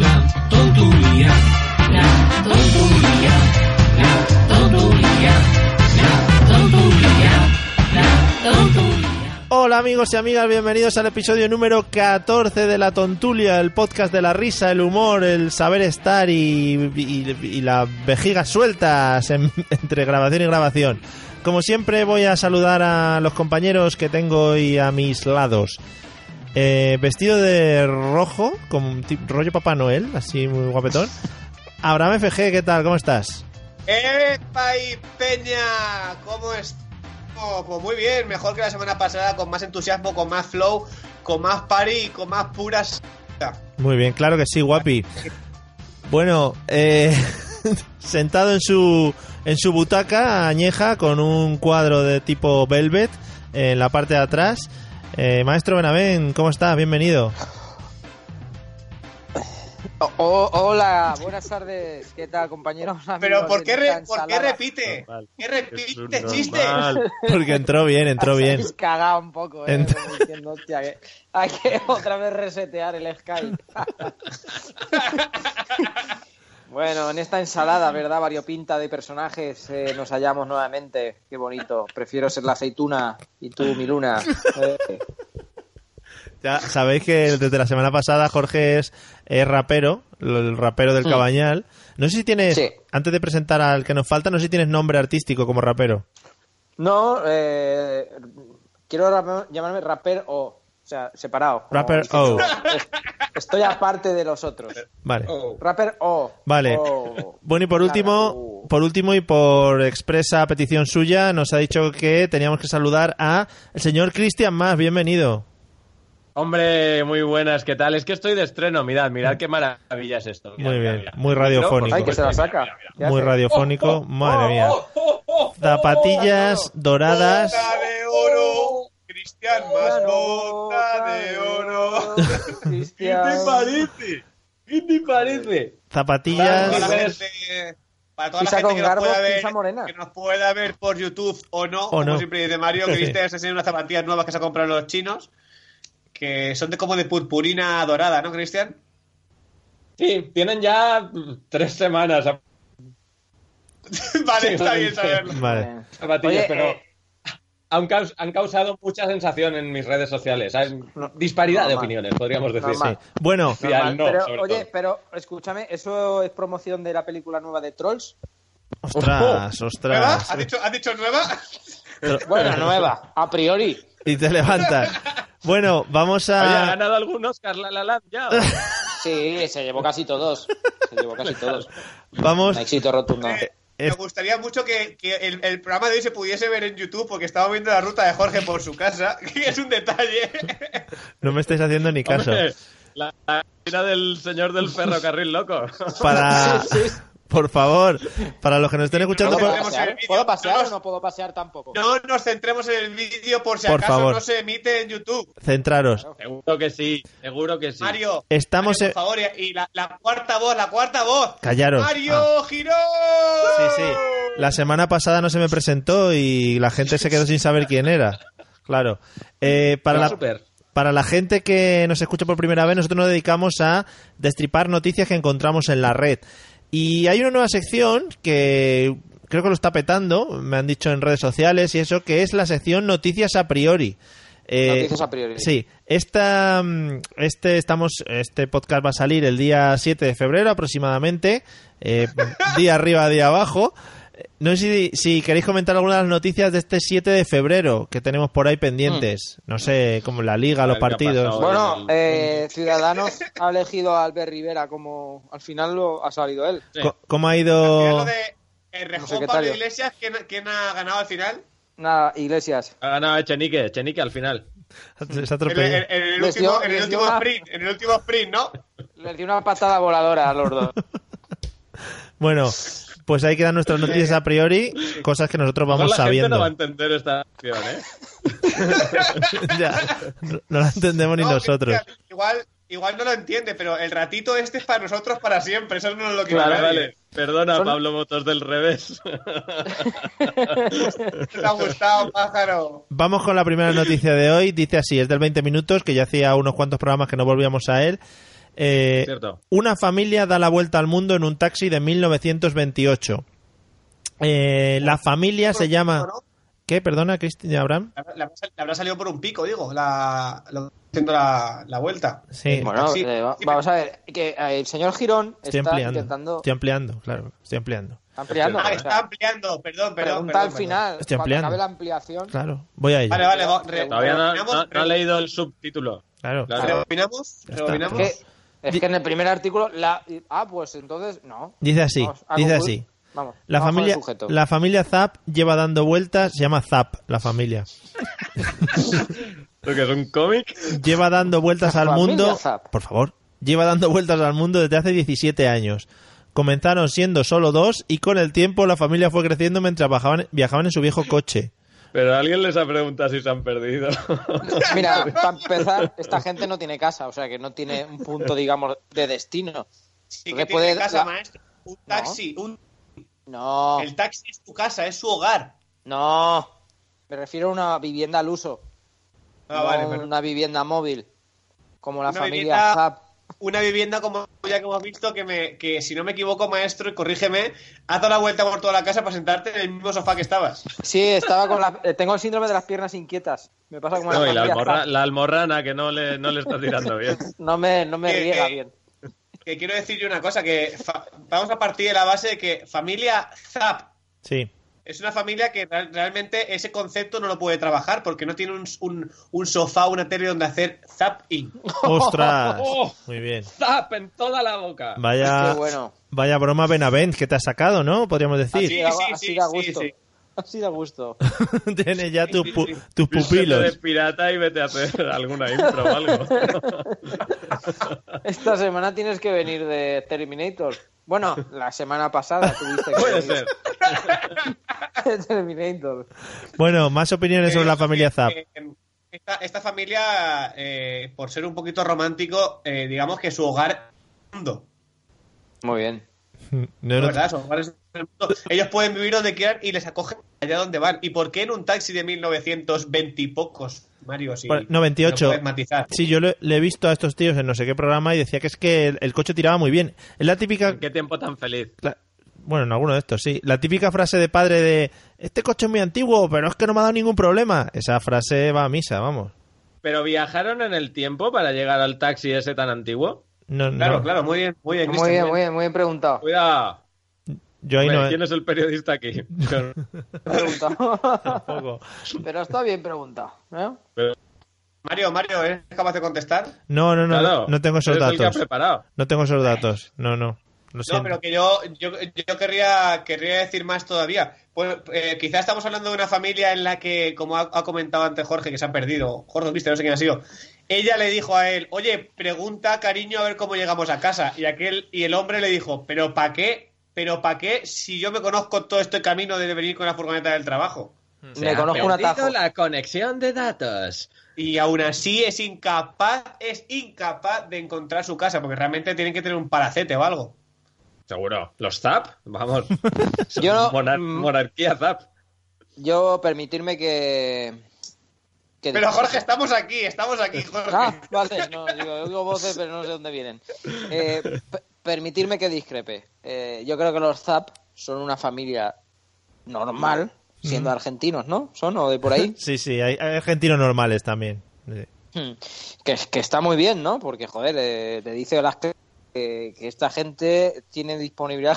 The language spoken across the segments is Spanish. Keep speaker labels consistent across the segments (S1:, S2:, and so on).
S1: La tonturía, la tonturía, la tonturía, la tonturía, la tonturía.
S2: Hola amigos y amigas, bienvenidos al episodio número 14 de La Tontulia, el podcast de la risa, el humor, el saber estar y, y- y las vejigas sueltas en- entre grabación y grabación. Como siempre voy a saludar a los compañeros que tengo hoy a mis lados. Eh, vestido de rojo, con ti- rollo Papá Noel, así muy guapetón. Abraham FG, ¿qué tal? ¿Cómo estás?
S3: ¡Epa y Peña! ¿Cómo estás? pues muy bien, mejor que la semana pasada, con más entusiasmo, con más flow, con más party y con más puras.
S2: Muy bien, claro que sí, guapi. Bueno, eh, sentado en su, en su butaca añeja con un cuadro de tipo velvet en la parte de atrás. Eh, Maestro Benavén, ¿cómo estás? Bienvenido.
S4: O- o- hola, buenas tardes. ¿Qué tal, compañeros?
S3: Pero
S4: amigos
S3: ¿por
S4: de
S3: qué, re-
S4: Lista
S3: ¿por qué
S4: Ensalada?
S3: repite? ¿Qué repite este chiste?
S2: Porque entró bien, entró bien.
S4: Habéis cagado un poco, ¿eh?
S2: Ent-
S4: Como diciendo, hostia, que hay que otra vez resetear el Skype. bueno, en esta ensalada, ¿verdad? Variopinta de personajes, eh, nos hallamos nuevamente. Qué bonito. Prefiero ser la aceituna y tú mi luna. Eh,
S2: Ya sabéis que desde la semana pasada Jorge es, es rapero, lo- el rapero del Cabañal. No sé si tienes,
S4: Sí.
S2: antes de presentar al que nos falta, no sé si tienes nombre artístico como rapero.
S4: no, eh, quiero rap- llamarme rapper o. O sea, separado. como
S2: Rapper
S4: diciendo,
S2: O.
S4: "Es- Estoy aparte de los otros.
S2: Vale.
S3: Oh,
S4: Rapper O.
S2: Vale.
S4: O.
S2: Bueno, y por último,
S4: Claro.
S2: por último y por expresa petición suya, nos ha dicho que teníamos que saludar a el señor Cristian Más, bienvenido.
S5: Hombre, muy buenas, ¿qué tal? Es que estoy de estreno, mirad, mirad qué maravilla es esto. Mirad,
S2: Muy
S5: mirad,
S2: bien,
S5: mirad.
S2: muy radiofónico.
S4: Ay, que se la saca. ¿Qué
S2: Muy
S4: hace? Oh,
S2: radiofónico, madre mía. Zapatillas doradas.
S3: Bota de oro, Cristian, más bota de oro.
S5: ¿Qué
S4: Cristian.
S5: te parece? ¿Qué te parece?
S3: Para toda la
S2: Zapatillas.
S5: Claro,
S3: gente- para toda la
S4: Pisa
S3: gente
S4: con
S3: que nos,
S4: garbo,
S3: pueda
S4: pisa
S3: ver,
S4: morena.
S3: que nos pueda ver por YouTube o no,
S2: O
S3: como
S2: no.
S3: siempre dice Mario, que viste enseña unas zapatillas nuevas que se han comprado los chinos, que son de como de purpurina dorada, ¿no, Cristian?
S5: Sí, tienen ya mm, tres semanas a-
S3: vale, está bien saberlo.
S2: Vale.
S5: zapatillas,
S4: Oye,
S5: pero
S4: eh,
S5: han, caus- han causado mucha sensación en mis redes sociales. ¿sabes? Disparidad de
S4: normal.
S5: opiniones, podríamos decir.
S4: Normal.
S5: Sí.
S2: Bueno,
S5: Sí, al no,
S4: pero,
S5: sobre
S4: oye,
S5: todo.
S4: pero escúchame, ¿eso es promoción de la película nueva de Trolls?
S2: ostras,
S3: ¿Nueva?
S2: ostras.
S3: ¿Has dicho, ¿Has dicho nueva?
S4: Bueno, nueva, a priori.
S2: Y te levantas. Bueno, vamos
S5: Oye, ¿ha
S2: a
S5: ganado algún Oscar la la Land ya?
S4: Sí, se llevó casi todos. Se llevó casi todos.
S2: vamos
S4: Un éxito rotundo.
S3: Me gustaría mucho que, que el, el programa de hoy se pudiese ver en YouTube porque estaba viendo la ruta de Jorge por su casa, que es un detalle.
S2: no me estáis haciendo ni caso.
S5: Hombre, La la vida del señor del ferrocarril loco.
S2: Para por favor, para los que nos estén escuchando
S3: Vamos
S2: por,
S3: a ver. tenemos el vídeo.
S4: ¿Puedo pasear
S3: No,
S4: o no puedo pasear tampoco?
S3: No nos centremos en el vídeo por si
S2: Por
S3: acaso
S2: favor.
S3: no se emite en YouTube.
S2: centraros.
S5: seguro que sí, seguro que sí.
S3: Mario,
S2: Estamos
S3: Mario,
S2: en-
S3: por favor, y y la, la cuarta voz, la cuarta voz.
S2: Callaros.
S3: Mario Girón.
S2: Ah. Sí, sí. La semana pasada no se me presentó y la gente se quedó sin saber quién era. Claro. Eh, para,
S5: Pero
S2: la,
S5: súper.
S2: para la gente que nos escucha por primera vez, nosotros nos dedicamos a destripar noticias que encontramos en la red. Y hay una nueva sección que creo que lo está petando, me han dicho en redes sociales y eso, que es la sección Noticias a priori. Eh,
S4: Noticias a priori.
S2: Sí, esta, mm, este, estamos, este podcast va a salir el día 7 de febrero aproximadamente, eh, día arriba, día abajo. Eh, No sé si, si queréis comentar alguna de las noticias de este 7 de febrero que tenemos por ahí pendientes. No sé, como la liga, los
S5: A ver qué Mm. ha
S2: partidos.
S5: pasado.
S4: Bueno,
S5: el-
S4: eh, Ciudadanos ha elegido a Albert Rivera como... Al final lo ha salido él.
S5: Sí.
S2: Co- ¿Cómo ha
S3: Mira lo
S2: ido?
S3: de el Rejón
S4: secretario.
S3: Pablo Iglesias, ¿quién, quién ha ganado al final?
S4: Nada, Iglesias.
S5: Ha ganado Echenique, Echenique al final.
S2: Se ha
S3: En el,
S2: atropellado.
S3: en- en el
S4: Les
S3: último,
S4: dio-
S3: en
S4: les
S3: el
S4: dio
S3: último
S4: una-
S3: sprint, en el último sprint, ¿no?
S4: Les di una patada voladora a los dos.
S2: Bueno, pues ahí quedan nuestras noticias a priori, cosas que nosotros vamos
S5: la gente
S2: sabiendo.
S5: no va a entender esta acción, ¿eh?
S2: Ya, no- no la entendemos ni
S3: No,
S2: nosotros.
S3: Cristian, Igual, igual no lo entiende, pero el ratito este es para nosotros para siempre. Eso no es lo que
S5: Vale,
S3: nadie.
S5: vale. Perdona,
S4: Son-
S5: Pablo Motos del revés.
S3: ¿Te ha gustado, pájaro?
S2: Vamos con la primera noticia de hoy. Dice así, es del 20 minutos, que ya hacía unos cuantos programas que no volvíamos a él. Eh,
S5: Cierto.
S2: una familia da la vuelta al mundo en un taxi de 1928. Eh, la familia se llama...
S3: ¿No?
S2: ¿Qué? Perdona, Cristian Abraham.
S3: Le habrá sal- le habrá salido por un pico, digo, la, lo- haciendo la, la vuelta.
S2: Sí,
S4: Bueno,
S3: Sí,
S4: eh, va-
S3: sí,
S4: vamos a ver. Que eh, el señor Girón
S2: estoy
S4: está
S2: ampliando.
S4: intentando.
S2: Estoy ampliando, claro. Estoy ampliando.
S4: Ampliando.
S3: Ah,
S4: o sea,
S3: está ampliando, perdón, perdón.
S4: pregunta
S3: perdón,
S4: al
S3: perdón.
S4: final.
S2: Estoy
S4: cuando
S2: ampliando.
S4: acabe la ampliación.
S2: Claro, voy a ello.
S3: Vale, vale, go-
S4: Eh,
S3: re-
S5: Todavía no,
S3: rebobinamos,
S5: no- no he leído el subtítulo.
S2: Claro.
S5: Claro.
S3: rebobinamos,
S2: Ya está.
S3: rebobinamos.
S2: ¿Qué?
S4: Es que- es que en el primer artículo. La... Ah, pues entonces. No.
S2: Dice así,
S4: Vamos a
S2: dice
S4: conclu-
S2: así.
S4: Vamos.
S2: La
S4: vamos con el
S2: familia,
S4: sujeto.
S2: la familia Zap lleva dando vueltas, se llama Zap, la familia.
S5: ¿Tú que es un cómic?
S2: Lleva dando vueltas
S4: La
S2: al
S4: familia
S2: mundo,
S4: Zap.
S2: por favor, lleva dando vueltas al mundo desde hace 17 años. Comenzaron siendo solo dos y con el tiempo la familia fue creciendo mientras bajaban- viajaban en su viejo coche.
S5: Pero alguien les ha preguntado si se han perdido.
S4: Mira, para empezar, esta gente no tiene casa, o sea que no tiene un punto, digamos, de destino.
S3: Sí, que
S4: Entonces
S3: tiene
S4: puede-
S3: casa,
S4: la-
S3: maestro. Un taxi, un-
S4: No,
S3: el taxi es tu casa, es su hogar.
S4: no. Me refiero a una vivienda al uso,
S3: Ah,
S4: no
S3: vale, perdón.
S4: una vivienda móvil, como la
S3: Una
S4: familia
S3: vivienda-
S4: Zap.
S3: una vivienda como ya que hemos visto que, me, que si no me equivoco maestro y corrígeme has dado la vuelta por toda la casa para sentarte en el mismo sofá que estabas
S4: Sí, estaba con la... eh, tengo el síndrome de las piernas inquietas. Me pasa como la
S5: No, y la,
S4: familia
S5: almorra-
S4: Zap.
S5: la almorrana que no le, no le está tirando bien.
S4: No me, no me
S3: Eh,
S4: riega
S3: eh.
S4: bien.
S3: que quiero decir yo una cosa que fa- vamos a partir de la base de que familia Zap
S2: Sí,
S3: es una familia que real- realmente ese concepto no lo puede trabajar porque no tiene un, un, un sofá una tele donde hacer zapping
S2: ostras,
S5: Oh.
S2: muy bien.
S5: ¡Zap! En toda la boca.
S2: Vaya,
S4: Qué bueno.
S2: vaya broma Benavent que te has sacado, ¿no? Podríamos
S4: Así,
S2: decir.
S4: da-
S3: sí, sí,
S4: así da
S3: sí,
S4: gusto.
S3: sí.
S4: Así da gusto.
S2: Tiene ya tus pu-
S3: sí, sí.
S2: tus
S5: Vístete de
S2: pupilos.
S5: pirata y vete a hacer alguna impro o algo.
S4: Esta semana tienes que venir de Terminator. Bueno, la semana pasada tuviste que
S5: Puede
S4: venir
S5: ser.
S4: de Terminator.
S2: Bueno, más opiniones sobre la familia Zap.
S3: Eh, Esta, esta familia, eh, por ser un poquito romántico, eh, digamos que su hogar es el mundo.
S4: Muy bien.
S2: No,
S3: La
S2: no-
S3: verdad, son lugares del mundo. Ellos pueden vivir donde quieran y les acogen allá donde van. ¿Y por qué en un taxi de 1920 y pocos, Mario? Si
S2: Bueno, 98.
S3: lo puedes matizar.
S2: Sí, yo le, le he visto a estos tíos en no sé qué programa y decía que es que el, el coche tiraba muy bien. Es la típica...
S5: Qué tiempo tan feliz.
S2: la- bueno, en alguno de estos, sí. La típica frase de padre de... Este coche es muy antiguo, pero es que no me ha dado ningún problema. Esa frase va a misa, vamos.
S5: ¿Pero viajaron en el tiempo para llegar al taxi ese tan antiguo?
S2: No,
S3: Claro,
S2: no.
S3: claro, muy bien, muy bien.
S4: Muy
S3: Cristian,
S4: bien, muy bien, muy bien preguntado.
S5: Cuidado.
S2: Yo ahí
S5: Hombre,
S2: no...
S5: ¿Quién es el periodista aquí? Yo no-
S4: preguntado.
S2: tampoco.
S4: Pero está bien preguntado. ¿eh? ¿no?
S3: Mario, Mario, ¿eres capaz de contestar?
S2: No, no, no.
S5: Claro,
S2: no tengo esos
S5: eres el que ha
S2: datos.
S5: preparado.
S2: No tengo esos datos. No, no. Lo
S3: No,
S2: siento.
S3: pero que yo, yo, yo querría, querría decir más todavía. Pues eh, quizás estamos hablando de una familia en la que, como ha, ha comentado antes Jorge, que se han perdido, Jorge, viste, no sé quién ha sido. Ella le dijo a él, oye, pregunta, cariño, a ver cómo llegamos a casa. Y aquel, y el hombre le dijo, pero ¿para qué? ¿Pero para qué? Si yo me conozco todo este camino de venir con la furgoneta del trabajo.
S2: Mm.
S4: Me conozco un atajo.
S5: la conexión de datos.
S3: Y aún así es incapaz, es incapaz de encontrar su casa, porque realmente tienen que tener un palacete o algo.
S5: Seguro. ¿Los Zap? Vamos. Son
S4: Yo no-
S5: monar-
S4: mm.
S5: monarquía Zap.
S4: Yo permitirme que... que-
S3: Pero Jorge, estamos aquí, estamos aquí, Jorge.
S4: Ah, vale, no, digo, oigo voces, pero no sé dónde vienen. Eh, pe- permitirme que discrepe. Eh, yo creo que los Zap son una familia normal, siendo
S3: Mm.
S4: argentinos, ¿no? Son o de por ahí.
S2: Sí, sí. Hay, hay argentinos normales también. Sí.
S4: Hmm. que, que está muy bien, ¿no? Porque, joder, eh, te dice las que, que que esta gente tiene disponibilidad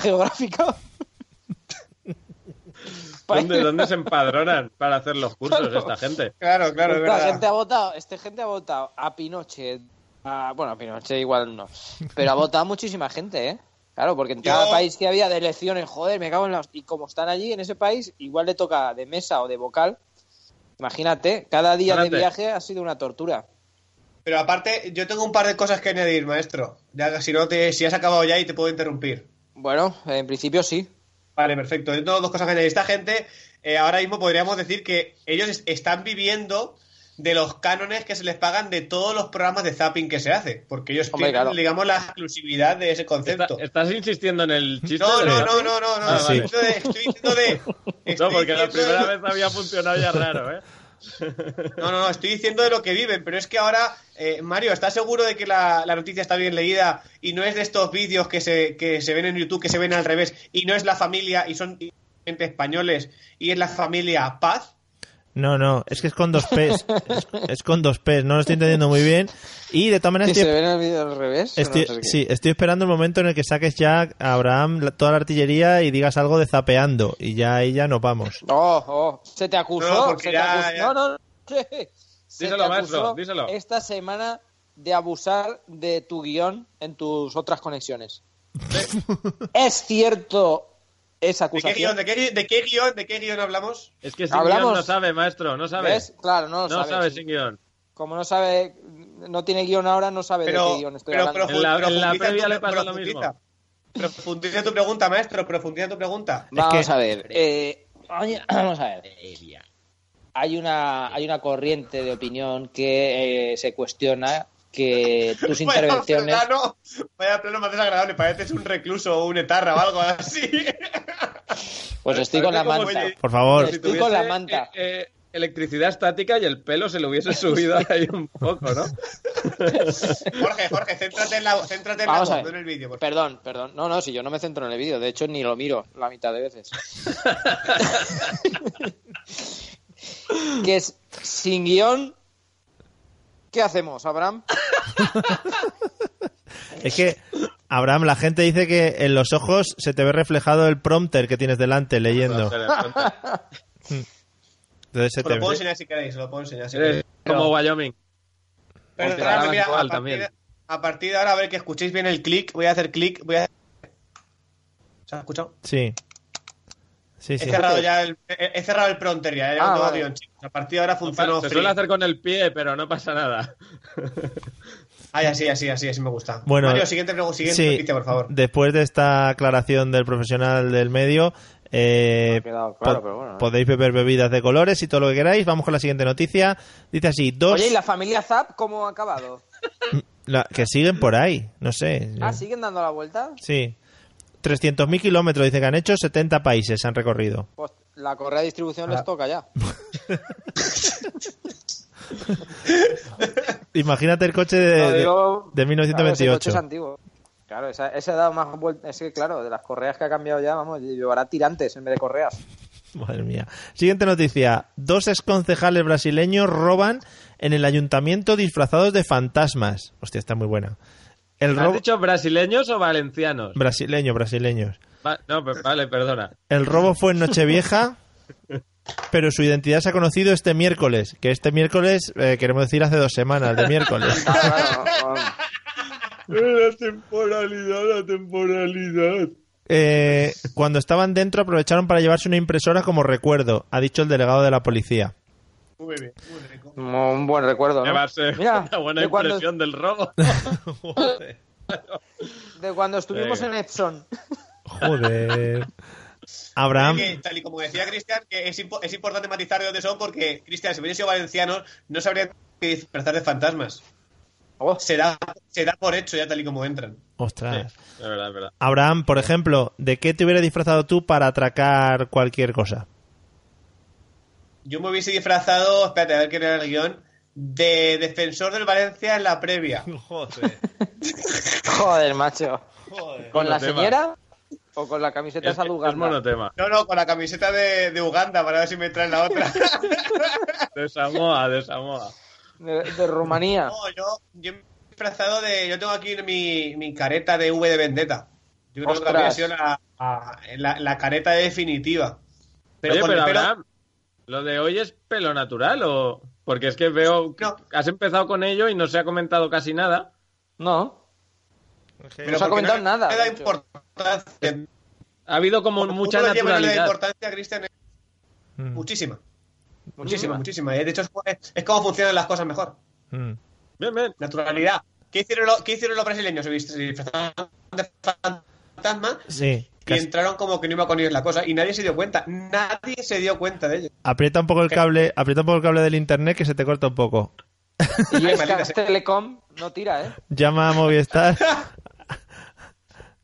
S4: geográfica. Para
S5: ¿Dónde,
S4: ir-
S5: dónde se empadronan para hacer los cursos esta gente?
S3: Claro, claro, es
S4: Esta
S3: verdad.
S4: Pues gente ha votado, este gente ha votado a Pinochet, a- bueno, a Pinochet igual no, pero ha votado muchísima gente, ¿eh? Claro, porque en
S3: Yo-
S4: cada país que había de elecciones, joder, me cago en las... Y como están allí, en ese país, igual le toca de mesa o de vocal Imagínate, cada día
S5: Espérate.
S4: de viaje ha sido una tortura.
S3: Pero aparte, yo tengo un par de cosas que añadir, maestro. Ya, si, no te, si has acabado ya y te puedo interrumpir.
S4: Bueno, en principio sí.
S3: Vale, perfecto. Yo tengo dos cosas que añadir. Esta gente, eh, ahora mismo podríamos decir que ellos es- están viviendo de los cánones que se les pagan de todos los programas de zapping que se hace. Porque ellos
S4: Hombre,
S3: tienen,
S4: claro.
S3: digamos, la exclusividad de ese
S5: Está-
S3: concepto.
S5: estás insistiendo en el chiste.
S3: No,
S5: de-
S3: no, no, no, no, no.
S5: Ah,
S3: estoy
S5: vale.
S3: diciendo de- estoy diciendo de.
S5: No,
S3: estoy
S5: porque la
S3: diciendo
S5: primera
S3: de-
S5: vez había funcionado ya raro, ¿eh?
S3: No, no, no, estoy diciendo de lo que viven, pero es que ahora, eh, Mario, ¿estás seguro de que la, la noticia está bien leída y no es de estos vídeos que se, que se ven en YouTube, que se ven al revés, y no es la familia y son gente españoles y es la familia Paz?
S2: No, no, es que es con dos P's. Es, es con dos P's, no lo estoy entendiendo muy bien. Y de todas maneras,
S4: Que se
S2: estoy,
S4: ve en el vídeo al revés. o no
S2: estoy-
S4: sé qué.
S2: Este sí, estoy esperando el momento en el que saques ya a Abraham la- toda la artillería y digas algo de zapeando. Y ya ahí ya no vamos.
S4: Oh, oh, se te acusó.
S3: No, porque
S4: se te
S3: ya-
S4: acusó-
S3: ya-
S4: No, no, no. Se
S5: Díselo,
S4: te
S5: maestro,
S4: acusó
S5: díselo.
S4: Esta semana de abusar de tu guión en tus otras conexiones. ¿Es cierto esa
S3: ¿De qué,
S4: acusación?
S3: guión, de, qué, de qué guión- de qué guión hablamos?
S5: Es que sin
S4: ¿Hablamos?
S5: guión no sabe, maestro, no sabe.
S4: ¿Ves? Claro, no lo
S5: No
S4: sabe.
S5: sabe
S4: sí.
S5: sin guión.
S4: Como no sabe, no tiene guión ahora, no sabe Pues de qué
S3: Pero,
S4: guión estoy
S3: pero
S4: hablando.
S3: profu-
S5: En la- en la
S3: profundiza
S5: previa
S3: tu-
S5: le pasa lo
S3: profundiza.
S5: mismo.
S3: Profundiza tu pregunta, maestro, profundiza tu pregunta.
S4: Vamos
S2: que-
S4: a ver. eh, hay- vamos a ver. Hay una, hay una corriente de opinión que eh, se cuestiona que tus intervenciones.
S3: Vaya plano, vaya plano más desagradable, pareces un recluso o un etarra o algo así.
S4: Pues estoy con la
S5: Parece como
S4: manta.
S5: si-
S2: Por favor.
S4: Estoy con la manta.
S5: eh, eh, electricidad estática y el pelo se le hubiese subido ahí un poco, ¿no?
S3: Jorge, Jorge, céntrate en la, céntrate en la
S4: Vamos
S3: voz,
S4: a ver.
S3: no en el vídeo. por favor.
S4: Perdón, perdón. No, no, si yo no me centro en el vídeo. De hecho, ni lo miro la mitad de veces. que es sin guión. ¿Qué hacemos, Abraham?
S2: Es que, Abraham, la gente dice que en los ojos se te ve reflejado el prompter que tienes delante leyendo. Entonces se
S3: Os
S2: te
S3: lo puedo
S2: ve. Eh,
S3: enseñar si queréis, os lo puedo enseñar si queréis.
S5: Eres como Wyoming.
S3: Pero
S5: Porque
S3: ahora,
S5: ahora
S3: mira, a,
S5: igual
S3: partir,
S5: también.
S3: de- a partir de ahora, a ver que escuchéis bien el clic, voy a hacer clic, voy a... ¿Se ha escuchado?
S2: Sí. Sí, sí.
S3: He cerrado ya el, he, he cerrado el prompter ya, ya no
S4: Ah,
S3: tengo
S4: vale.
S3: guión, chicos. A partir de ahora funciona
S5: Se
S3: free.
S5: suele hacer con el pie, pero no pasa nada.
S3: Ay, así, así, así, así me gusta.
S2: Bueno,
S3: Mario, siguiente, pregu- siguiente
S2: Sí,
S3: noticia, por favor.
S2: Después de esta aclaración del profesional del medio, eh,
S4: No ha quedado claro,
S2: po-
S4: pero bueno, ¿eh?
S2: podéis beber bebidas de colores y todo lo que queráis. Vamos con la siguiente noticia. Dice así, dos
S4: Oye, ¿y la familia Zap cómo ha acabado?
S2: la- que siguen por ahí, no sé.
S4: Ah, ¿siguen dando la vuelta?
S2: Sí. 300.000 kilómetros dice que han hecho, 70 países han recorrido.
S4: Pues la correa de distribución les toca ya.
S2: Imagínate el coche de,
S4: Lo
S2: de,
S4: digo-
S2: de
S4: Claro, ese coche
S2: 1928.
S4: es antiguo. Claro, esa, ese ha dado más vueltas. Es que, claro, de las correas que ha cambiado ya, vamos, llevará tirantes en vez de correas.
S2: Madre mía. Siguiente noticia. Dos exconcejales brasileños roban en el ayuntamiento disfrazados de fantasmas. Hostia, está muy buena. El
S5: ¿Has
S2: robo...
S5: dicho brasileños o valencianos?
S2: Brasileño, brasileños.
S5: Va- no, pe- vale, perdona.
S2: El robo fue en Nochevieja, pero su identidad se ha conocido este miércoles. Que este miércoles, eh, queremos decir hace dos semanas, de miércoles.
S5: La temporalidad, la temporalidad.
S2: Eh, cuando estaban dentro aprovecharon para llevarse una impresora como recuerdo, ha dicho el delegado de la policía.
S3: Muy bien, muy rico.
S4: Un buen recuerdo, ¿no?
S5: Llevarse
S4: Mira,
S5: una buena
S4: de cuando-
S5: impresión del robo.
S4: De cuando estuvimos
S5: Venga.
S4: en Epson.
S2: Joder. Abraham.
S3: Que, tal y como decía Cristian, que es, impo- es importante matizar de dónde son porque, Cristian, si hubiesen sido valencianos, no sabrían que disfrazar de fantasmas.
S4: Oh,
S3: Se da, se da por hecho ya tal y como entran.
S2: Ostras.
S5: Es verdad, es verdad.
S2: Abraham, por ejemplo, ¿de qué te hubieras disfrazado tú para atracar cualquier cosa?
S3: Yo me hubiese disfrazado, espérate, a ver quién era el guión, de defensor del Valencia en la previa.
S2: Joder.
S4: joder, macho. ¿Con la
S5: Monotema.
S4: señora o con la camiseta
S5: Es,
S4: esa de
S5: es
S4: Uganda?
S5: monotema.
S3: No, no, con la camiseta de, de Uganda para ver si me traen la otra.
S5: De Samoa, de Samoa.
S4: de, de Rumanía.
S3: No, yo, yo me he disfrazado de. Yo tengo aquí mi, mi careta de V de Vendetta. Yo creo
S4: Ostras.
S3: que habría sido la, la- la- la careta definitiva.
S5: Oye,
S3: con
S5: pero
S3: el pelo-
S5: Abraham, ¿lo de hoy es pelo natural o...? Porque es que veo... que
S3: No.
S5: Has empezado con ello y no se ha comentado casi nada.
S4: No.
S3: pero
S4: no se ha
S3: porque
S4: comentado nada,
S3: le da
S4: de hecho.
S3: importancia.
S5: Ha habido como
S3: Uno
S5: mucha
S3: le lleva- le da
S5: naturalidad. Mm.
S3: importancia, Cristian, muchísima. Muchísima, muchísima. Eh, De hecho, es, es como funcionan las cosas mejor.
S2: Mm.
S5: Bien, bien.
S3: Naturalidad. ¿Qué hicieron, lo- qué hicieron los brasileños? Se vist- se disfrazaron de fantasma
S2: Sí.
S3: y
S2: casi-
S3: entraron como que no iba con ellos la cosa. Y nadie se dio cuenta. Nadie se dio cuenta de ello.
S2: Aprieta un poco el cable, aprieta un poco el cable del internet que se te corta un poco.
S4: Y es que
S3: maldita
S4: a
S3: sea.
S4: Telecom no tira, ¿eh?
S2: Llama a Movistar.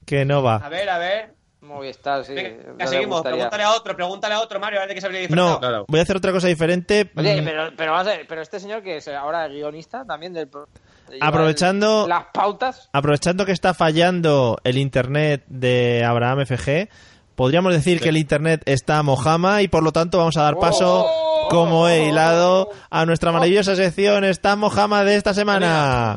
S2: que no
S3: A
S2: va.
S3: ver, a ver.
S4: Movistar, sí.
S3: Venga,
S4: ya Eh, le
S3: seguimos.
S4: gustaría.
S3: Pregúntale a otro, pregúntale a otro, Mario, a ver de qué se habría disfrazado.
S2: No,
S5: Claro.
S2: voy a hacer otra cosa diferente.
S4: Oye,
S2: Mm,
S4: pero, pero vamos a ver, pero este señor que es ahora guionista también del... pro- lleva
S2: Aprovechando-
S4: el- las pautas.
S2: Aprovechando que está fallando el internet de Abraham FG, podríamos decir que el internet está mojama y por lo tanto vamos a dar paso, como he hilado, a nuestra maravillosa sección Está mojama de esta semana.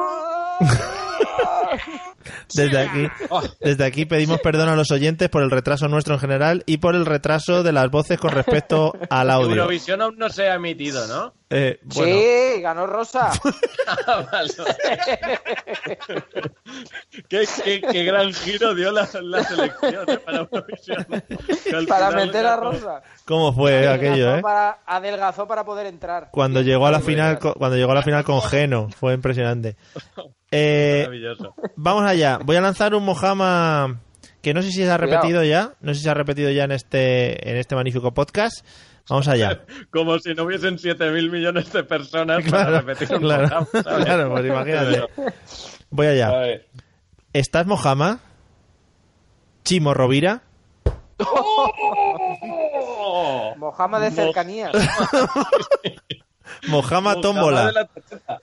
S2: Desde aquí, desde aquí pedimos perdón a los oyentes por el retraso nuestro en general y por el retraso de las voces con respecto al audio.
S5: Eurovisión aún no se ha emitido, ¿no?
S2: Eh, bueno,
S4: Sí, ganó Rosa.
S5: Ah, vale. qué, qué- qué gran giro dio la, la selección eh, para Eurovisión. Que al
S4: para
S5: final
S4: meter a
S5: ganó-
S4: Rosa.
S2: ¿cómo fue aquello,
S4: Adelgazó
S2: eh?
S4: para- adelgazó para poder entrar.
S2: Cuando llegó a la final, co- cuando llegó a la final con Geno, fue impresionante. Eh,
S5: Maravilloso.
S2: Vamos allá. Voy a lanzar un Mojama que no sé si se ha
S4: Cuidado.
S2: repetido ya. No sé si se ha repetido ya en este, en este magnífico podcast. Vamos allá.
S5: Como si no hubiesen 7.000 millones de personas para
S2: Claro,
S5: repetir un
S2: claro,
S5: programa, ¿sabes?
S2: claro, pues imagínate. Voy
S5: A
S2: allá.
S5: ver.
S2: ¿Estás Mojama? Chimo Rovira.
S5: ¡Oh!
S4: Mojama de cercanías.
S2: Mojama
S5: Mojama de
S2: Tómbola.
S5: la tacheta.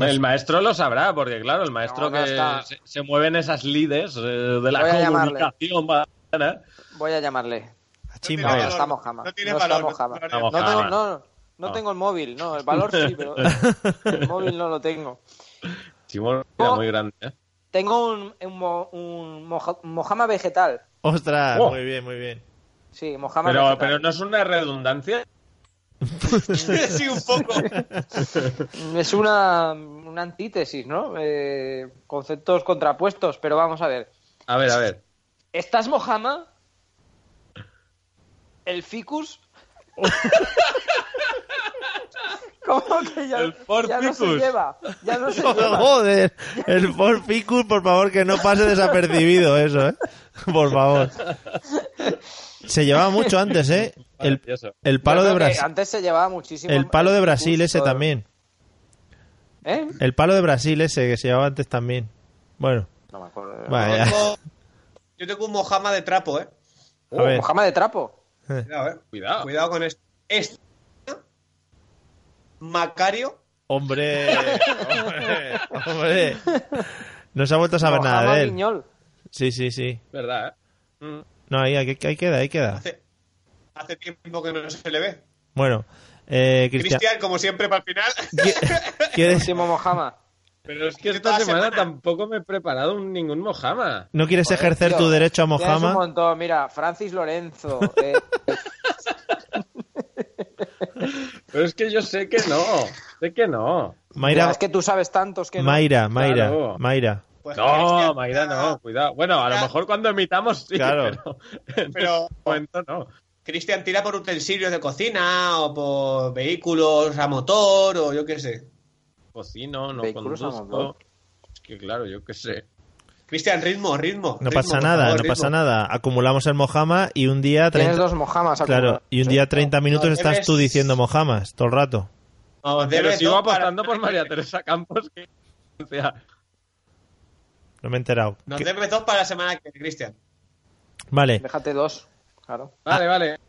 S5: El maestro lo sabrá, porque claro, el maestro
S4: No, no
S5: que
S4: está.
S5: se, se mueven esas lides eh, de la
S4: Voy a llamarle.
S5: comunicación barana.
S4: Voy a llamarle.
S2: Ah, Chimo.
S3: No
S4: No,
S3: tiene
S4: no está
S3: valor,
S4: Mojama.
S3: no tiene
S4: No está
S3: valor, no
S4: Mojama.
S3: tiene
S4: No
S5: valor.
S4: tengo,
S5: Mojama.
S4: no, no
S5: Oh.
S4: tengo el móvil, no. El valor sí, pero el móvil no lo tengo.
S5: Simón era
S4: No.
S5: muy grande. ¿eh?
S4: Tengo un, un, mo- un moja- Mojama vegetal.
S2: Ostras,
S5: Oh.
S2: muy bien, muy bien.
S4: Sí, Mojama
S5: Pero, pero
S4: vegetal.
S5: no es una redundancia.
S3: sí, un poco.
S4: Es una, una antítesis, ¿no? Eh, conceptos contrapuestos, pero vamos a ver.
S5: A ver, a ver.
S4: ¿Estás Mojama? ¿El ficus? ¿Cómo que ya,
S5: El Ford
S4: ya no se
S5: Ficus.
S4: lleva? Ya no se lleva.
S2: Oh, Joder, el Ford Ficus, por favor, que no pase desapercibido eso, ¿eh? Por favor. Se llevaba mucho antes, ¿eh? El,
S5: Maravilloso.
S2: el palo
S4: Yo
S2: de
S4: creo que
S2: Brasil.
S4: Antes se llevaba muchísimo.
S2: El palo de
S4: ficus,
S2: Brasil ese
S4: todo.
S2: también.
S4: ¿Eh?
S2: El palo de Brasil ese que se llevaba antes también. Bueno,
S4: No me acuerdo.
S2: vaya.
S3: Tengo- Yo tengo un Mojama de trapo, eh.
S2: A ver.
S4: Mojama de trapo.
S3: Cuidado, eh.
S5: Cuidado.
S3: Cuidado con esto. Este, Macario.
S2: Hombre, hombre, hombre. No se ha vuelto a saber
S4: Mojama
S2: nada de él.
S4: Viñol.
S2: Sí, sí, sí.
S5: ¿Verdad? eh?
S2: No, ahí, ahí, ahí queda, ahí queda.
S3: Hace, hace tiempo que no se le ve.
S2: Bueno, eh, Cristian.
S3: Cristian, como siempre, para el final.
S2: ¿qui- ¿Quieres,
S4: Último Mojama.
S5: Pero es que
S3: Yo
S5: esta
S3: toda
S5: semana,
S3: semana.
S5: tampoco me he preparado un- ningún Mojama.
S2: ¿No quieres ejercer
S4: Tío,
S2: tu derecho a
S4: tienes un
S2: Mojama?
S4: montón. Mira, Francis Lorenzo. eh,
S5: Pero es que yo sé que no. Sé que no.
S2: Mayra,
S4: Es que tú sabes tantos que no.
S2: Mayra, Mayra,
S5: Claro.
S2: Mayra.
S3: Pues
S5: No,
S3: Cristian,
S5: Mayra, no. Cuidado. Bueno, a lo mejor cuando emitamos sí.
S2: Claro.
S5: Pero en
S3: Pero-
S5: este momento no.
S3: Cristian tira por utensilios de cocina o por vehículos a motor o yo qué sé.
S5: Cocino, Pues no
S4: Vehículos a
S5: conduzco.
S4: motor.
S5: Es que claro, yo qué sé.
S3: Cristian, ritmo, ritmo.
S2: No pasa nada, no pasa nada. Acumulamos el Mojama y un día
S4: Tienes
S2: 30,
S4: dos Mojamas.
S2: claro,
S4: acumulados.
S2: y un día 30 minutos
S3: no,
S2: estás
S3: debes-
S2: tú diciendo Mojamas todo el rato.
S3: nada.
S5: Pero sigo apostando por María Teresa Campos. Que... o sea,
S2: No me he enterado.
S3: Nos debes dos para la semana que viene, Cristian.
S2: Vale.
S4: Déjate dos. Claro.
S5: Vale, vale.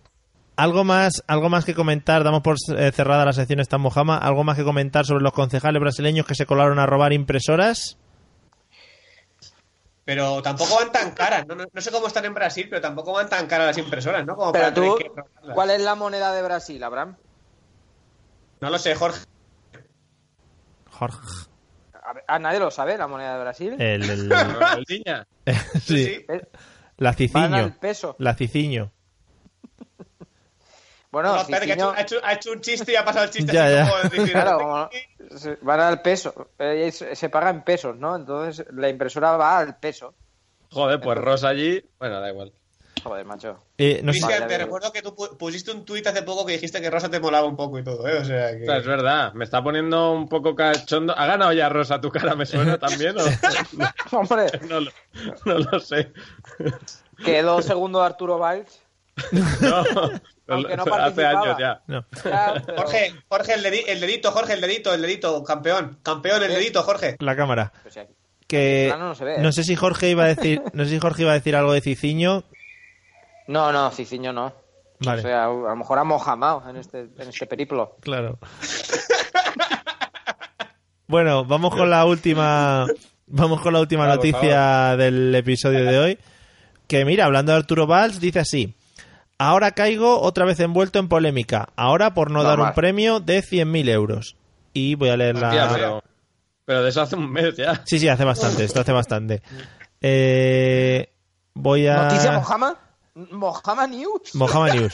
S2: Algo más, algo más que comentar, damos por eh, cerrada la sección Está Mojama, algo más que comentar sobre los concejales brasileños que se colaron a robar impresoras.
S3: Pero tampoco van tan caras. No, no, no sé cómo están en Brasil, pero tampoco van tan caras las impresoras, ¿no? Como
S4: Pero
S3: para
S4: tú,
S3: tener que robarlas.
S4: ¿cuál es la moneda de Brasil, Abraham?
S3: No lo sé, Jorge.
S2: Jorge.
S4: ah,
S2: Eh,
S4: A, ver, ¿a nadie lo sabe, la moneda de Brasil.
S2: El, el-
S5: Ronaldinha.
S2: sí.
S4: Eh,
S2: La
S4: Van al
S2: Ciciño.
S4: peso.
S2: La Ciciño.
S4: Bueno,
S3: No, espérate, que ha
S4: Cicinho-
S3: hecho, ha hecho- ha hecho un chiste y ha pasado el chiste.
S2: Ya,
S3: así
S2: ya.
S3: como decir,
S4: Claro, como se- van al peso. Eh, es- se paga en pesos, ¿no? Entonces la impresora va al peso.
S5: Joder, pues Rosa allí. Bueno, da igual.
S4: Joder, macho.
S2: Eh, no sé-
S3: Cristian,
S4: Vale,
S3: te
S4: vale.
S3: recuerdo que tú pu- pusiste un tuit hace poco que dijiste que Rosa te molaba un poco y todo, ¿eh? O sea que...
S5: O sea, es verdad, me está poniendo un poco cachondo. ¿Ha ganado ya Rosa tu cara? ¿Me suena también? o- No,
S4: Hombre,
S5: no lo, no lo sé.
S4: quedó segundo Arturo Valls.
S5: No,
S4: Aunque no
S5: hace
S4: participaba.
S5: años ya.
S2: no.
S4: Ya, Ah, pero-
S3: Jorge, Jorge, el, dedi- el dedito, Jorge, el dedito, el dedito, campeón, campeón, el dedito, Jorge.
S2: La cámara.
S4: O sea,
S2: Que
S4: plano no se ve, ¿eh?
S2: no sé si Jorge iba a decir, no sé si Jorge iba a decir algo de Ciciño.
S4: No, no, Ciciño no.
S2: Vale.
S4: O sea, a lo mejor ha mojamado en este, en este periplo.
S2: Claro. Bueno, vamos con la última. Vamos con la última
S5: Claro, por
S2: noticia del episodio de hoy. Que mira, hablando de Arturo Valls, dice así. Ahora caigo otra vez envuelto en polémica. Ahora por no dar un
S4: Normal.
S2: premio de 100.000 euros. Y voy a leer
S5: Hostia,
S2: la...
S5: pero, pero de eso hace un mes ya.
S2: Sí, sí, hace bastante, esto hace bastante. Eh, voy
S5: Ah.
S2: a...
S4: ¿Noticia Mojama? ¿Mojama News?
S2: Mojama News.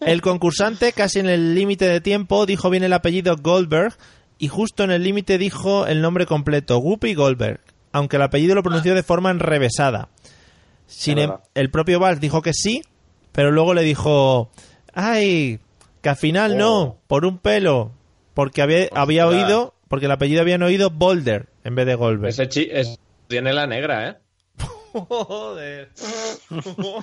S2: El concursante, casi en el límite de tiempo, dijo bien el apellido Goldberg y justo en el límite dijo el nombre completo, Whoopi Goldberg, aunque el apellido lo pronunció de forma enrevesada. Sin
S4: Es
S2: em-
S4: verdad.
S2: el propio Valls dijo que sí, pero luego le dijo, ay, que al final no, por un pelo, porque había, había
S5: Ostras.
S2: oído, porque el apellido habían oído Boulder en vez de Goldberg.
S5: Ese chi es- tiene la negra, ¿eh?
S2: Joder.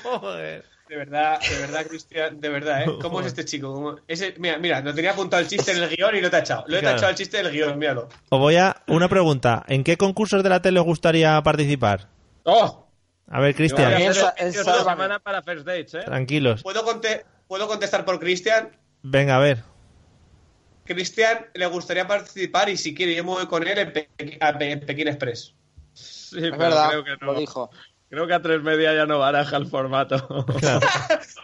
S2: Joder.
S3: De verdad, de verdad, Cristian, de verdad, ¿eh? ¿Cómo es este chico? ¿Cómo- Ese, mira, mira, lo tenía apuntado el chiste en el guión y lo he tachado. Lo he
S2: Claro.
S3: tachado el chiste del guión, míralo.
S2: Os voy a una pregunta. ¿En qué concursos de la tele os gustaría participar?
S5: ¡Oh!
S2: A ver,
S5: Yo voy a
S2: Cristian,
S5: hacer
S4: Esa-
S5: ejercicios
S4: esa-
S5: toda la semana para First Dates, ¿eh?
S2: tranquilos.
S3: ¿Puedo, conte- ¿Puedo contestar por Cristian?
S2: Venga, a ver.
S3: Cristian le gustaría participar y si quiere yo me voy con él en Pequi- a Pe- en Pekín Express.
S5: Sí,
S4: Es
S5: pero
S4: verdad,
S5: creo que no.
S4: lo dijo.
S5: Creo que a tres media ya no baraja el formato.
S2: Claro.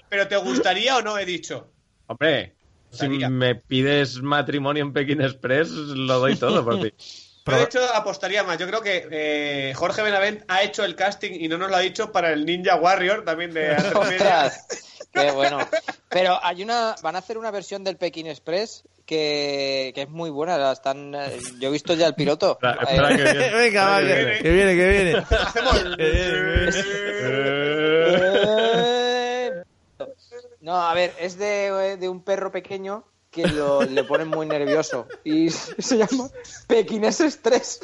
S3: ¿Pero te gustaría o no? He dicho.
S5: Hombre, si
S3: Estaría.
S5: me pides matrimonio en Pekín Express, lo doy todo por ti.
S3: Yo, de hecho, apostaría más. Yo creo que eh, Jorge Benavent ha hecho el casting y no nos lo ha dicho para el Ninja Warrior también de Antena Media.
S4: Ostras, qué bueno. Pero hay una, van a hacer una versión del Pekín Express que, que es muy buena. la están, eh, yo he visto ya el piloto.
S5: Espera- espera que
S4: Eh,
S5: viene.
S2: Venga, va, que,
S3: viene.
S2: que viene, que viene.
S3: Hacemos.
S5: Eh,
S4: eh, No, a ver, es de, eh, de un perro pequeño que lo, le ponen muy nervioso y se llama Pekines Estrés.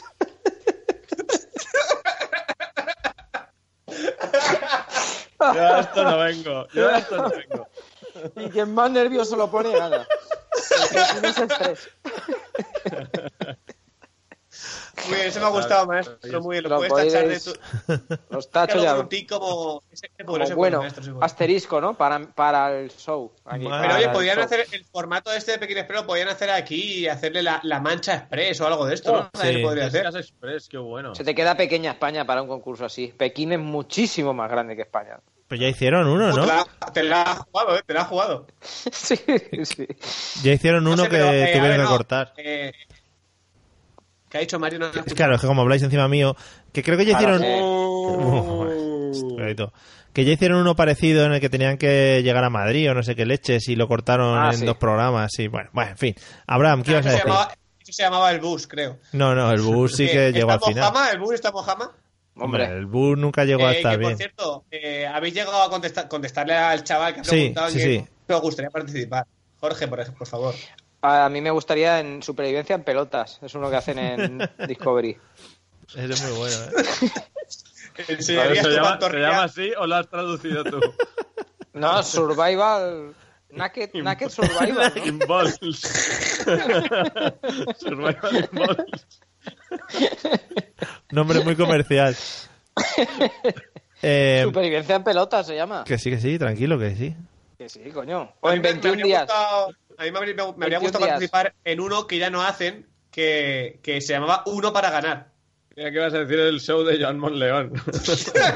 S5: Yo a esto no vengo. Yo a esto no vengo.
S4: Y quien más nervioso lo pone, nada. Pekines Estrés.
S3: Muy bien, eso me ha gustado, maestro. Muy bien,
S4: Lo
S3: lo puedes tachar de
S4: podéis-
S3: tu.
S4: Los
S3: Te
S4: tachos
S3: lo
S4: ya.
S3: apuntí como. Ese- ese
S4: como
S3: bueno, ese
S4: bueno,
S3: maestro, ese bueno.
S4: asterisco, ¿no? Para, para el show. aquí,
S2: Madre.
S3: Pero
S4: para
S3: oye,
S4: el
S3: podrían
S4: show.
S3: hacer el formato este de Pekín Express, lo podrían hacer aquí y hacerle la, la mancha express o algo de esto, ¿no?
S5: Oh,
S3: También
S2: sí.
S3: podría hacer.
S5: Pescas Express, qué bueno.
S4: Se te queda pequeña España para un concurso así. Pekín es muchísimo más grande que España.
S2: Pues ya hicieron uno,
S3: Pues Te,
S2: ¿no?
S3: la, te la has jugado, ¿eh? Te la has jugado.
S4: sí, sí.
S2: Ya hicieron
S3: No
S2: uno
S3: sé,
S2: que
S3: pero, eh, a ver,
S2: tuvieron que
S3: no,
S2: cortar.
S3: eh, ¿Qué ha dicho Mario? No lo he
S2: Es
S3: escuchado.
S2: claro, es que como habláis encima mío, que creo que ya
S4: Ahora
S2: hicieron. Cuidadito. Que ya hicieron uno parecido en el que tenían que llegar a Madrid o no sé qué leches y lo cortaron
S4: Ah,
S2: en
S4: sí.
S2: dos programas. Y bueno, bueno, en fin. Abraham, ¿qué ibas a
S3: Eso se,
S2: decir?
S3: llamaba, eso se llamaba el bus, creo.
S2: No, no, el bus sí
S3: Eh,
S2: que llegó al
S3: ¿está
S2: final.
S3: Mojama? ¿El bus está Mojama?
S4: Hombre,
S2: el bus nunca llegó a
S3: Eh,
S2: estar
S3: que,
S2: bien.
S3: por cierto, eh, habéis llegado a contestar, contestarle al chaval que ha
S2: Sí,
S3: preguntado
S2: sí,
S3: que
S2: sí.
S3: me gustaría participar. Jorge, por, ej- por favor.
S4: a mí me gustaría en supervivencia en pelotas. Es uno que hacen en Discovery.
S2: Ese es muy bueno, ¿eh?
S5: Pero
S3: ¿Enseñarías
S5: ¿Se
S3: tu
S5: llama, se
S3: pantorrilla?
S5: llama así o lo has traducido tú?
S4: No, Survival. Naked, naked Survival. ¿no?
S5: Involves. Survival Involves.
S2: Nombre muy comercial. Eh,
S4: Supervivencia en pelotas se llama.
S2: que sí, que sí, tranquilo, que sí.
S4: Que sí, coño.
S3: A
S4: O
S3: mí
S4: en
S3: me- me
S4: 21
S3: habría
S4: días.
S3: gustado- a mí me habría, me habría
S4: 21
S3: gustado
S4: días.
S3: participar en uno que ya no hacen, que, que se llamaba Uno para ganar.
S5: Mira que vas a decir el show de Joan Monleón.
S3: Está,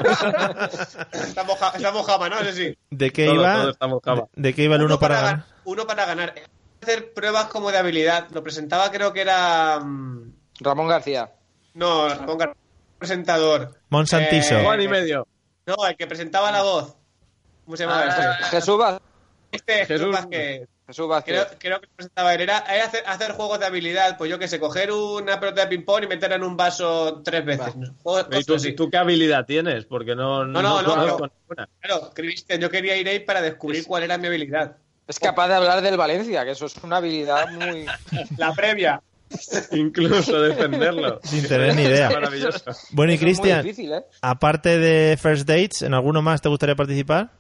S3: moja- está Mojama, ¿no? Eso sí.
S2: ¿De qué
S5: Todo,
S2: iba?
S5: todo está mojado.
S2: de, de qué iba el uno para ganar?
S3: Uno para ganar. Hacer pruebas como de habilidad. Lo presentaba, creo que era. mm,
S4: Ramón García.
S3: No, Ramón Gar- presentador.
S2: Monsantiso.
S3: Eh,
S5: Juan y medio.
S3: No, el que presentaba la voz. ¿Cómo se llamaba?
S5: Ah,
S3: este?
S4: Jesús, Vaz-
S3: Este,
S5: Jesús.
S3: Jesús Vázquez. Creo,
S4: Jesús
S3: creo
S4: Vázquez.
S3: que lo presentaba él. Era, era hacer, hacer juegos de habilidad, pues yo qué sé, coger una pelota de ping-pong y meterla en un vaso tres veces. ¿no? Juegos-
S5: ¿Y tú,
S3: cosas así.
S5: tú qué habilidad tienes? Porque no,
S3: No, no, no,
S5: conozco
S3: no.
S5: ninguna.
S3: Claro, Cristian, yo quería ir ahí para descubrir cuál era mi habilidad.
S4: Es capaz de hablar del Valencia, que eso es una habilidad muy.
S3: La previa.
S5: Incluso defenderlo.
S2: Sin tener ni idea.
S5: Maravilloso.
S2: Bueno, y
S4: eso es muy
S2: Cristian,
S4: difícil, ¿eh?
S2: aparte de First Dates, ¿en alguno más te gustaría participar?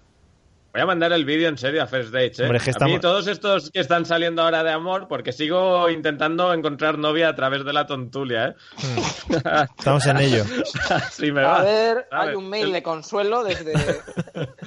S5: Voy a mandar el vídeo en serio a First Dates, ¿eh?
S2: Hombre, es que
S5: A mí
S2: estamos-
S5: todos estos que están saliendo ahora de amor, porque sigo intentando encontrar novia a través de la tontulia, ¿eh?
S2: Mm. Estamos en ello.
S5: Así me va.
S4: A ver,
S5: ¿sabes?
S4: hay un mail de consuelo desde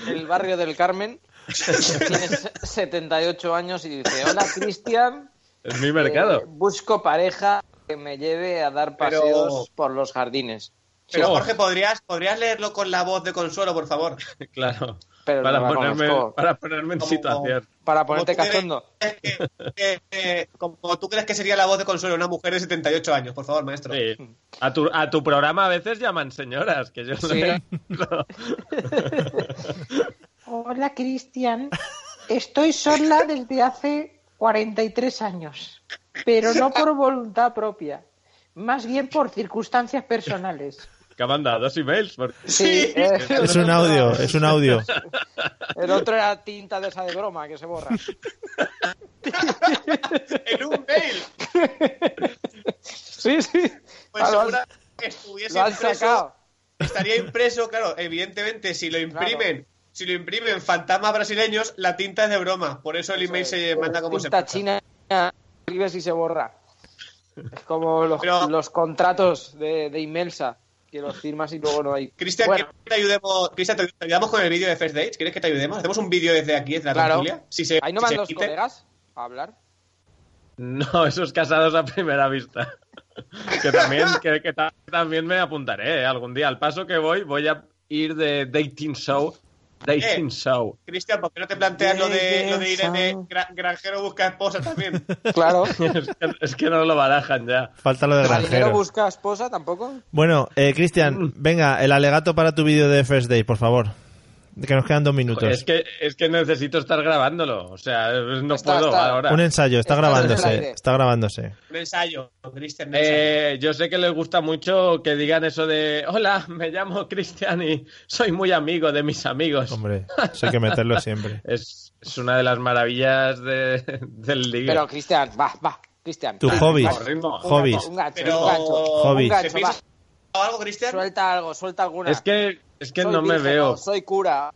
S4: el barrio del Carmen. Tiene 78 años y dice: Hola, Cristian.
S5: Es mi
S4: Eh,
S5: mercado.
S4: busco pareja que me lleve a dar
S3: Pero-
S4: paseos por los jardines.
S3: Pero
S5: Sí.
S3: Jorge, ¿podrías, ¿podrías leerlo con la voz de consuelo, por favor?
S5: Claro.
S4: Pero
S5: para,
S4: no la
S5: ponerme,
S4: conozco.
S5: para ponerme en
S3: Como-
S5: situación.
S4: Para
S3: Como
S4: ponerte
S3: tú crees
S4: cachondo.
S3: que- que- que- Eh, Como tú crees que sería la voz de consuelo una mujer de 78 años, por favor, maestro.
S5: Sí. A tu, a tu programa a veces llaman señoras, que yo no
S4: Sí.
S5: entiendo.
S6: Hola, Cristian. Estoy sola desde hace 43 años, pero no por voluntad propia, más bien por circunstancias personales.
S5: Que ha mandado dos emails. porque-
S4: Sí, eh,
S2: Es un audio, es un audio.
S4: El otro era tinta de esa de broma que se borra.
S3: ¡En un mail!
S4: Sí, sí.
S3: Pues
S4: Ah, lo, han,
S3: segura que estuviese
S4: lo han
S3: impreso,
S4: sacado.
S3: Estaría impreso, claro, evidentemente, si lo imprimen, si lo imprimen fantasmas brasileños, la tinta es de broma. Por eso el email se manda como se
S4: Pues Tinta
S3: manda.
S4: china, escribes y se borra. Es como los,
S3: Pero-
S4: los contratos de, de Inmelsa, que los firmas y luego no hay.
S3: Cristian,
S4: Bueno,
S3: ¿quieres que te ayudemos? Cristian, ¿te te ayudamos con el vídeo de First Dates? ¿Quieres que te ayudemos? ¿Hacemos un vídeo desde aquí, desde la
S4: Claro.
S3: tertulia? Si se,
S4: ahí no
S3: si
S4: van
S3: se
S4: los
S3: quite.
S4: colegas a hablar.
S5: No, esos casados a primera vista. Que también, que, que ta- también me apuntaré ¿eh? algún día. Al paso que voy, voy a ir de dating show. Dating
S3: Eh.
S5: show.
S3: Cristian, ¿por qué no te planteas lo de, lo de ir de gra- granjero busca esposa también?
S4: Claro.
S5: Es que, es que no lo barajan ya.
S2: Falta lo de
S4: Marinero
S2: granjero.
S4: busca esposa tampoco.
S2: Bueno, eh, Cristian, venga, el alegato para tu vídeo de First Date, por favor. Que nos quedan dos
S5: Es
S2: minutos.
S5: que, es que necesito estar grabándolo. O sea, no
S4: Está,
S5: puedo
S4: está.
S5: ahora.
S2: Un ensayo, está
S4: Está en el
S2: grabándose,
S4: aire.
S2: está grabándose.
S3: Un ensayo, Cristian. un ensayo.
S5: Eh, yo sé que les gusta mucho que digan eso de hola, me llamo Cristian y soy muy amigo de mis amigos.
S2: Hombre, eso hay que meterlo siempre.
S5: Es, es una de las maravillas de- del ligue.
S4: Pero Cristian, va, va. Cristian.
S2: Tu
S4: va,
S2: hobby.
S4: va.
S5: Por ritmo.
S4: Un
S2: Hobbies.
S4: gancho, Un gancho,
S3: Pero-
S4: un gancho.
S2: Hobbies.
S4: Un gancho,
S3: ¿Te
S4: va.
S3: piensas algo, Cristian?
S4: Suelta algo, suelta alguna.
S5: Es que, es que
S4: Soy
S5: no me
S4: virgen,
S5: veo
S4: no, soy cura.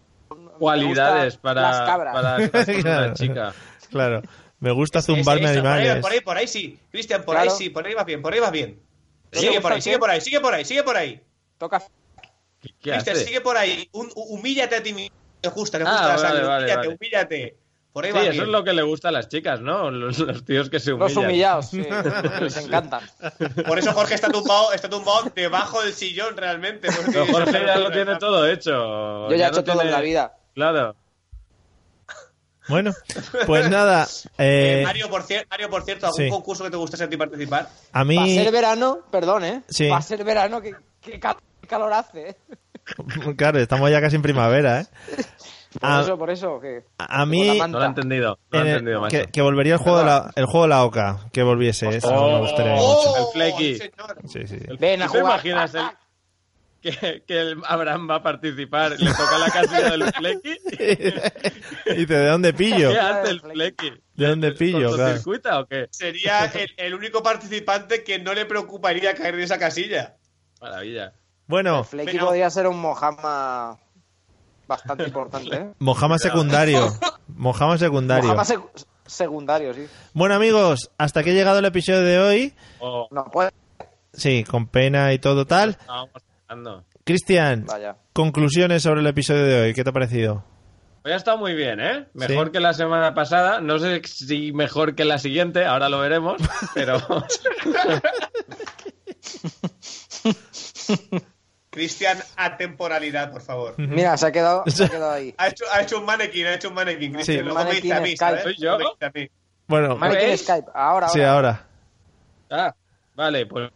S5: cualidades
S4: Me gustan
S5: para,
S4: las cabras.
S5: para estar con
S2: Claro.
S5: una chica.
S2: Claro, me gusta
S3: Eso,
S2: zumbarme
S3: eso, por ahí,
S2: animales.
S3: Por ahí, por ahí sí. Cristian, por
S4: Claro.
S3: ahí sí, por ahí vas bien, por ahí vas bien.
S4: ¿No
S3: Sigue
S4: te
S3: por
S4: gusta
S3: ahí,
S4: el
S3: sigue
S4: qué?
S3: por ahí, sigue por ahí, sigue por ahí.
S4: Toca
S5: ¿Qué, qué
S3: Cristian,
S5: hace?
S3: sigue por ahí. Un- hu- humíllate a ti mismo. Te gusta, te
S5: Ah,
S3: gusta la
S5: vale,
S3: sangre.
S5: vale,
S3: humíllate,
S5: vale.
S3: humíllate. Por ahí
S5: Sí,
S3: vas
S5: eso
S3: bien.
S5: es lo que le gusta a las chicas, ¿no? Los, los tíos que se humillan.
S4: los humillados. Sí, les encantan.
S3: Por eso Jorge está tumbado, está tumbado debajo del sillón realmente. porque-
S5: Pero Jorge ya lo tiene todo hecho.
S4: Yo ya he
S5: Pues no
S4: hecho todo en
S5: tiene-
S4: la vida.
S5: Claro.
S2: Bueno, pues nada,
S3: Eh,
S2: eh,
S3: Mario, por cier- Mario, por cierto, ¿algún
S2: sí.
S3: concurso que te gustase a ti participar?
S2: a
S4: Va a
S2: mí,
S4: ser verano, perdón, ¿eh?
S2: Sí.
S4: Va a ser verano, que, que ca- calor hace. ¿eh?
S2: claro, estamos ya casi en primavera, ¿eh.
S4: Por
S2: A,
S4: eso, por eso. Que...
S2: a
S4: con
S2: mí,
S4: la manta.
S5: No lo ha entendido.
S2: en
S5: No lo ha
S2: el-
S5: entendido, macho.
S2: Eh, que, que volvería el juego, de la, el juego de la oca, que volviese, eso me gustaría
S5: Oh.
S2: mucho.
S5: El Flecky.
S3: señor.
S2: Sí, sí, sí.
S4: Ven a
S5: ¿Tú te
S4: jugar.
S5: imaginas el- que, que el Abraham va a participar? Le toca la casilla del Flecky.
S2: Y te, ¿de dónde pillo?
S5: ¿Qué hace el Flecky?
S2: ¿De dónde pillo? Claro.
S5: circuita o qué?
S3: Sería el, el único participante que no le preocuparía caer en esa casilla.
S5: Maravilla.
S2: Bueno,
S4: Flecky
S3: Venga.
S4: podría ser un Mojama bastante importante, ¿eh?
S2: Mojama secundario. Mojama secundario.
S4: Mojama sec- secundario, sí.
S2: Bueno, amigos, hasta aquí ha llegado el episodio de hoy.
S5: O
S4: No puede.
S2: Sí, con pena y todo tal.
S5: estábamos hablando.
S2: Cristian,
S4: Vaya.
S2: conclusiones sobre el episodio de hoy. ¿Qué te ha parecido?
S5: Pues ha estado muy bien, ¿eh? Mejor
S2: Sí.
S5: que la semana pasada. No sé si mejor que la siguiente, ahora lo veremos, pero
S3: Cristian, atemporalidad, por favor.
S4: Mira, se ha quedado, se ha quedado ahí.
S3: Ha hecho, ha hecho un mannequin, ha hecho un mannequin, Cristian.
S2: Sí.
S3: Luego me dice a mí,
S4: Mannequin
S3: ¿sabes?
S5: Skype. ¿Soy yo?
S3: Me dice a mí.
S2: Bueno,
S5: ¿Me
S4: pues, Mike en
S5: veis?
S4: Skype. Ahora,
S2: sí,
S4: ahora.
S2: ahora.
S5: Ah, vale, pues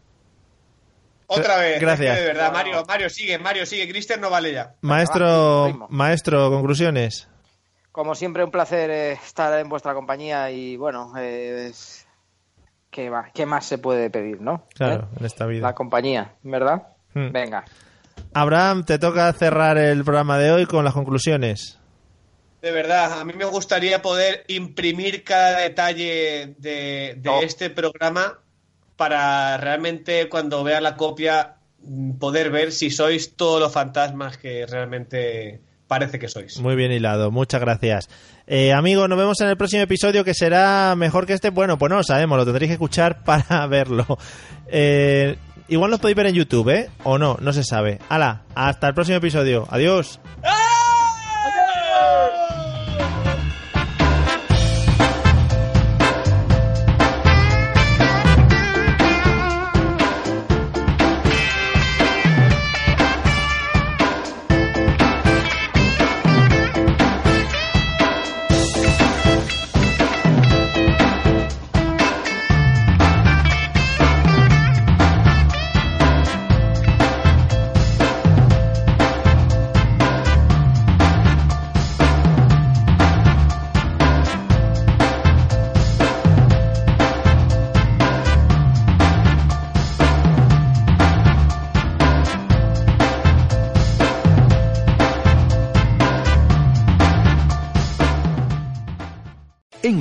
S3: Otra vez.
S2: Gracias.
S3: Es que de verdad, Mario, Mario, sigue, Mario, sigue. Cristian no vale ya.
S4: va,
S2: Maestro,
S4: ritmo.
S2: maestro, conclusiones.
S4: Como siempre, un placer eh, estar en vuestra compañía y bueno, eh, ¿qué, va- qué más se puede pedir, no?
S2: Claro,
S4: ¿Eh?
S2: en esta vida.
S4: La compañía, ¿verdad?
S2: Hmm.
S4: Venga.
S2: Abraham, te toca cerrar el programa de hoy con las conclusiones.
S3: De verdad, a mí me gustaría poder imprimir cada detalle de, de
S4: No.
S3: este programa para realmente cuando vea la copia mm, poder ver si sois todos los fantasmas que realmente parece que sois.
S2: Muy bien hilado, muchas gracias. Eh, amigo, nos vemos en el próximo episodio que será mejor que este. Bueno, pues no lo sabemos, lo tendréis que escuchar para verlo. Eh, igual lo podéis ver en YouTube, ¿eh? O no, no se sabe. Hala, hasta el próximo episodio. Adiós.
S7: En